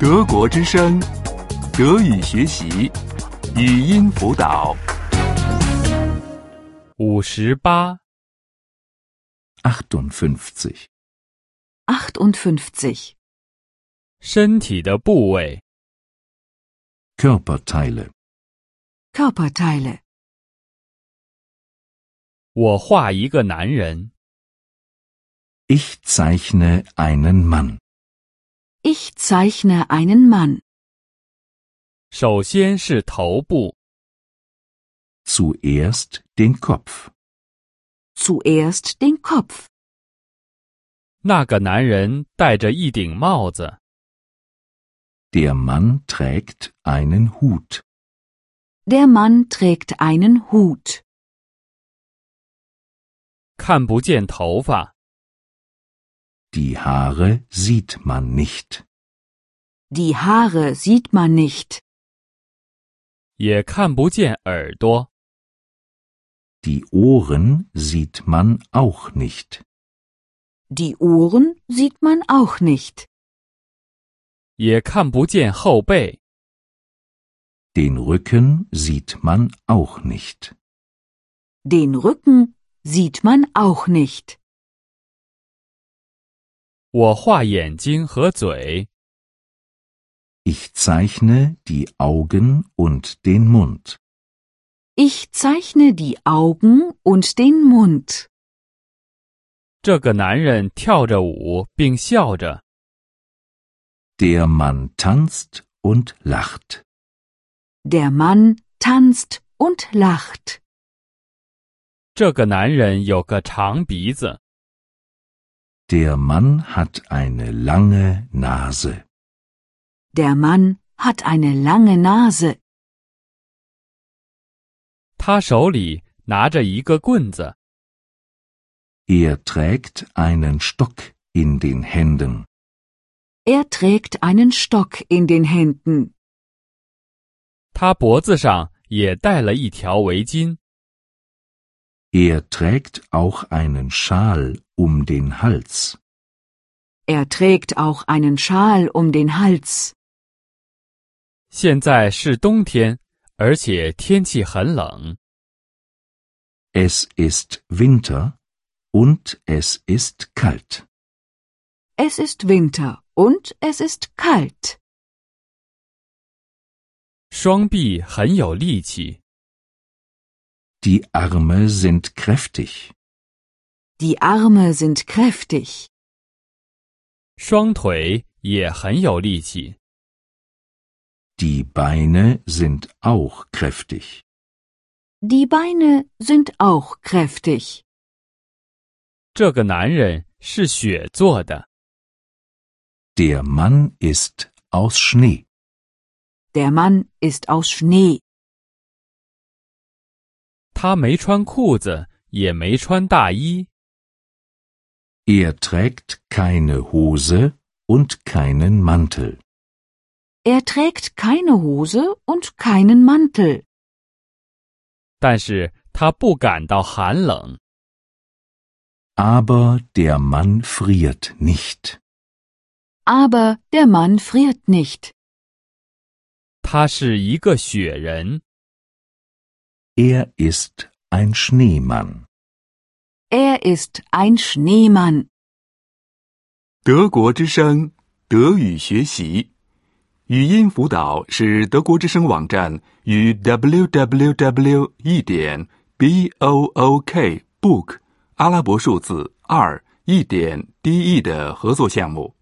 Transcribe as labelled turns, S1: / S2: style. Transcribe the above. S1: 德国之声，德语学习，语音辅导。
S2: 五十八，
S3: 58.
S4: 58.
S2: 身体的部位，
S3: Körperteile.
S4: Körperteile.
S2: 我画一个男人，
S3: Ich zeichne einen Mann.
S4: Ich zeichne einen Mann.
S2: 首先是头部，
S3: Zuerst den Kopf.
S4: Zuerst den Kopf.
S2: 那个男人戴着一顶帽子，
S3: Der Mann trägt einen Hut.
S4: Der Mann trägt einen Hut.
S2: 看不见头发，
S3: Die Haare sieht man nicht.
S4: Die Haare sieht man nicht.
S2: 也看不见耳朵。
S3: Die Ohren sieht man auch nicht.
S4: Die Ohren sieht man auch nicht.
S2: 也看不见后背，
S3: Den Rücken sieht man auch nicht.
S4: Den Rücken sieht man auch nicht.
S2: 我画眼睛和嘴，
S3: Ich zeichne die Augen und den Mund.
S4: Ich zeichne die Augen und den Mund.
S2: 这个男人跳着舞并笑着，
S3: Der Mann tanzt und lacht.
S4: Der Mann tanzt und lacht.
S2: 这个男人有个长鼻子，
S3: Der Mann hat eine lange Nase.
S4: Der Mann hat eine lange Nase.
S2: 他手里拿着一个棍子，
S3: Er trägt einen Stock in den Händen.
S4: Er trägt einen Stock in den Händen.
S2: 他脖子上也戴了一条围巾。
S3: Er trägt auch einen Schal um den Hals.
S4: Er trägt auch einen Schal um den Hals.
S2: 现在是冬天，而且天气很冷。
S3: Es ist Winter und es ist kalt.
S4: Es ist Winter und es ist kalt.
S2: 双臂很有力气，
S3: Die Arme sind kräftig.
S4: Die Arme sind kräftig.
S2: 双腿也很有力气。
S3: Die Beine sind auch kräftig.
S4: Die Beine sind auch kräftig.
S2: 这个男人是雪做的，
S3: Der Mann ist aus Schnee.
S4: Der Mann ist aus Schnee.
S2: 他没穿裤子，也没穿大衣。
S3: Er trägt keine Hose und keinen Mantel.
S4: Er trägt keine Hose und keinen Mantel.
S2: 但是他不感到寒冷，
S3: Aber der Mann friert nicht.
S4: Aber der Mann friert nicht.
S2: 他是一个雪人。
S3: Er ist ein Schneemann.
S4: Er ist ein Schneemann.
S1: 德国之声，德语学习，语音辅导是德国之声网站与 www. 一点 b o o k book 阿拉伯数字二一点 d e 的合作项目。